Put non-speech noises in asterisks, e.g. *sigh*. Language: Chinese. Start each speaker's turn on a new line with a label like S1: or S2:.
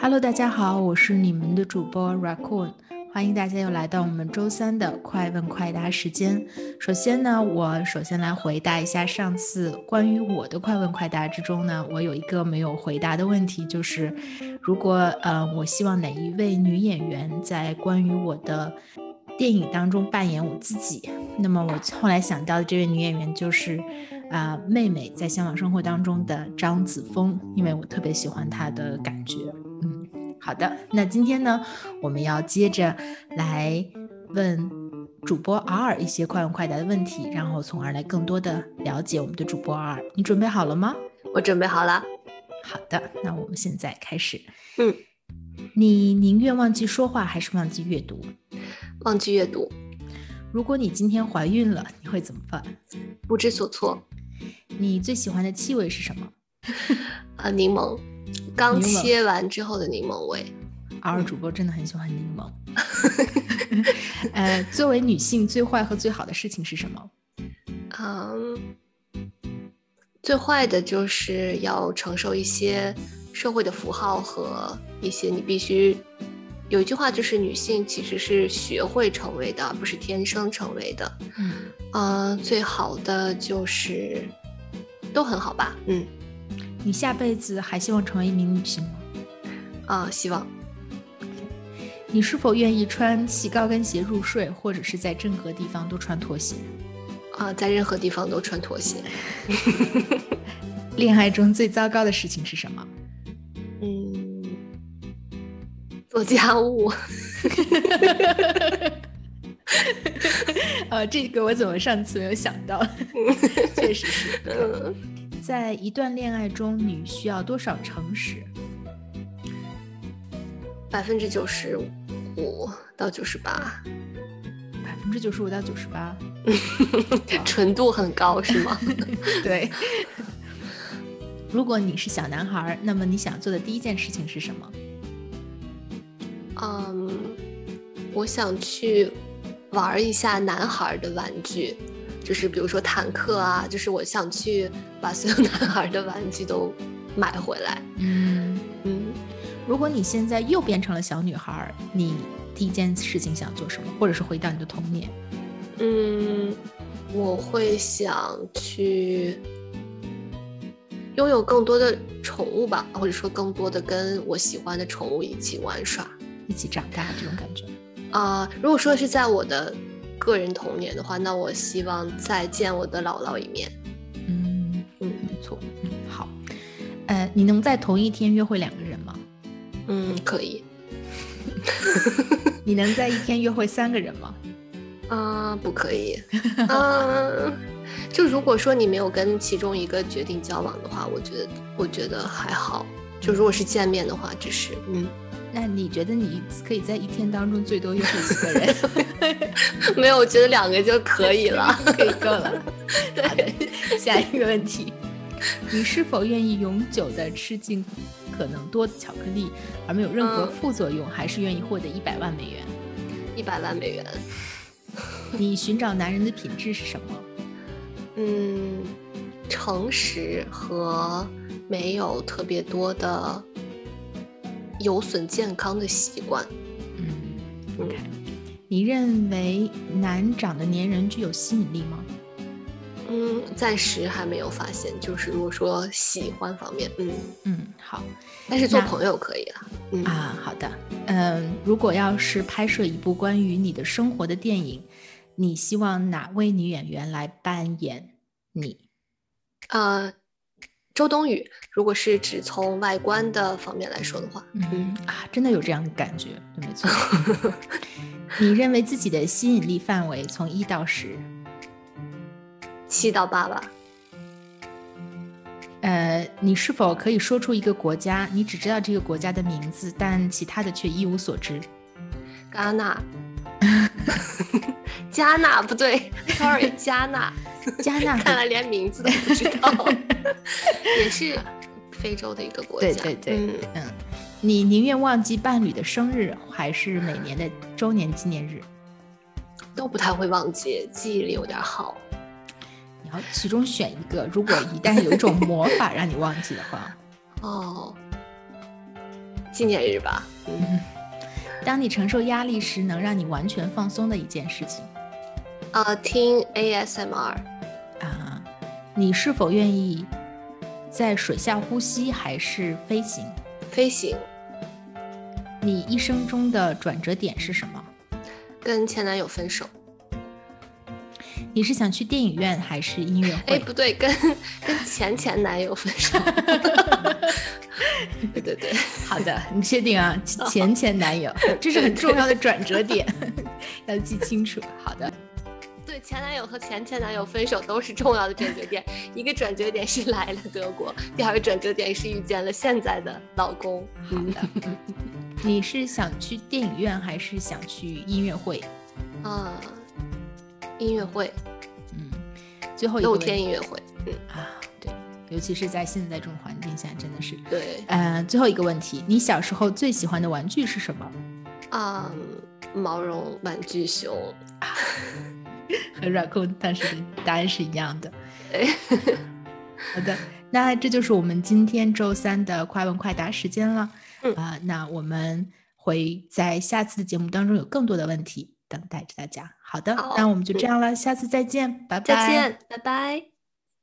S1: Hello，大家好，我是你们的主播 Raccoon，欢迎大家又来到我们周三的快问快答时间。首先呢，我首先来回答一下上次关于我的快问快答之中呢，我有一个没有回答的问题，就是如果呃，我希望哪一位女演员在关于我的电影当中扮演我自己？那么我后来想到的这位女演员就是。啊、妹妹在《向往生活》当中的张子枫，因为我特别喜欢她的感觉。嗯，好的，那今天呢，我们要接着来问主播 R 一些快问快答的问题，然后从而来更多的了解我们的主播 R。你准备好了吗？
S2: 我准备好了。
S1: 好的，那我们现在开始。
S2: 嗯，
S1: 你宁愿忘记说话，还是忘记阅读？
S2: 忘记阅读，
S1: 如果你今天怀孕了，你会怎么办？
S2: 不知所措。
S1: 你最喜欢的气味是什么
S2: 呃，柠檬，刚
S1: 柠檬
S2: 切完之后的柠檬味。
S1: ？R 主播真的很喜欢柠檬。 *laughs* 呃，作为女性，最坏和最好的事情是什么？
S2: 嗯，最坏的就是要承受一些社会的符号和一些你必须。有一句话就是，女性其实是学会成为的，而不是天生成为的。
S1: 嗯，
S2: 嗯、最好的就是都很好吧。嗯，
S1: 你下辈子还希望成为一名女性吗？
S2: 啊、希望
S1: 你是否愿意穿细高跟鞋入睡，或者是在任何地方都穿拖鞋？
S2: 啊、在任何地方都穿拖鞋。
S1: 恋爱中最糟糕的事情是什么？
S2: 嗯，做家务，
S1: 呃，这个我怎么上次没有想到？确实是。对
S2: 嗯，
S1: 在一段恋爱中，你需要多少诚实？
S2: 百分之九十五到九十八，
S1: 百分之九十五到九十八。
S2: 纯度很高是吗？ *laughs*
S1: 对。 *laughs* 如果你是小男孩儿，那么你想做的第一件事情是什么？
S2: 嗯，我想去玩一下男孩的玩具，就是比如说坦克啊，就是我想去把所有男孩的玩具都买回来。
S1: 嗯，
S2: 嗯，
S1: 如果你现在又变成了小女孩儿，你第一件事情想做什么？或者是回到你的童年？
S2: 嗯，我会想去拥有更多的宠物吧，或者说更多的跟我喜欢的宠物一起玩耍。
S1: 一起长大这种感觉。
S2: 啊、如果说是在我的个人童年的话，那我希望再见我的姥姥一面。
S1: 嗯，
S2: 嗯
S1: 没错。嗯，好。呃，你能在同一天约会两个人吗？
S2: 嗯，可以。
S1: 你能在一天约会三个人吗？
S2: 啊、不可以。嗯、就如果说你没有跟其中一个决定交往的话，我觉得我觉得还好。就如果是见面的话，只是嗯， *laughs*
S1: 那你觉得你可以在一天当中最多约会几个人？
S2: 没有，我觉得两个就可以了。
S1: *laughs* 可以够
S2: *laughs*
S1: 了。好的，下一个问题，你是否愿意永久的吃尽可能多的巧克力而没有任何
S2: 嗯
S1: 副作用，还是愿意获得一百万美
S2: *laughs*
S1: 元？
S2: 一百万美元。
S1: 你寻找男人的品质是什么？
S2: 嗯，诚实和没有特别多的有损健康的习惯。
S1: 嗯
S2: 嗯
S1: ，OK。你认为男长得粘人具有吸引力吗？
S2: 嗯，暂时还没有发现，就是如果说喜欢方面，嗯，
S1: 嗯，好
S2: 但是做
S1: 那
S2: 朋友可以了。嗯
S1: 啊，好的。嗯，如果要是拍摄一部关于你的生活的电影，你希望哪位女演员来扮演你？
S2: 呃，周冬雨，如果是只从外观的方面来说的话，
S1: 嗯
S2: 嗯
S1: 啊，真的有这样的感觉，对，没错。你认为自己的吸引力范围从一到十？
S2: 七到八吧。
S1: 呃，你是否可以说出一个国家，你只知道这个国家的名字，但其他的却一无所知？
S2: 戛纳， *laughs* 加纳不对，sorry，加
S1: *laughs*
S2: 纳，
S1: 加纳
S2: 看来连名字都不知道， *laughs* 也是非洲的一个国家。
S1: 对对对，
S2: 嗯，
S1: 嗯，你宁愿忘记伴侣的生日，还是每年的周年纪念日？
S2: 都不太会忘记，记忆力有点好。
S1: 你要其中选一个，如果一旦有一种魔法让你忘记的话， *laughs*
S2: 哦，纪念日吧，嗯
S1: 嗯，当你承受压力时，能让你完全放松的一件事情
S2: 啊，听 ASMR，
S1: 啊，你是否愿意在水下呼吸还是飞行？
S2: 飞行
S1: 你一生中的转折点是什么？
S2: 跟前男友分手，
S1: 你是想去电影院还是音乐
S2: 哎，
S1: 会？
S2: 不对，跟跟前前男友分手。 *laughs* 对对哦对，
S1: *laughs* 好的，你确定啊？前前男友，这是很重要的转折
S2: *laughs*
S1: 点，要记清楚。啊好的，
S2: 对前男友和前前男友分手都是重要的转折点，一个转折点是来了德国，第二个转折点是遇见了现在的老公。
S1: 好的。你是想去电影院还是想去音乐会？
S2: 啊，音乐会，
S1: 嗯，最后一个
S2: 露
S1: 问题
S2: 天音乐会，嗯，
S1: 啊，对，尤其是在现在这种环境下，真的是。
S2: 对，
S1: 嗯，最后一个问题，你小时候最喜欢的玩具是什么？
S2: 啊、毛绒玩具熊，
S1: 和软控当时的答案是一样
S2: *laughs*
S1: 的。
S2: 哎，
S1: 好的，那这就是我们今天周三的快问快答时间了。
S2: 嗯
S1: 啊、那我们会在下次的节目当中有更多的问题等待着大家。好的，
S2: 好
S1: 那我们就
S2: 嗯
S1: 这样了，下次再见，拜拜。
S2: 再见，拜拜。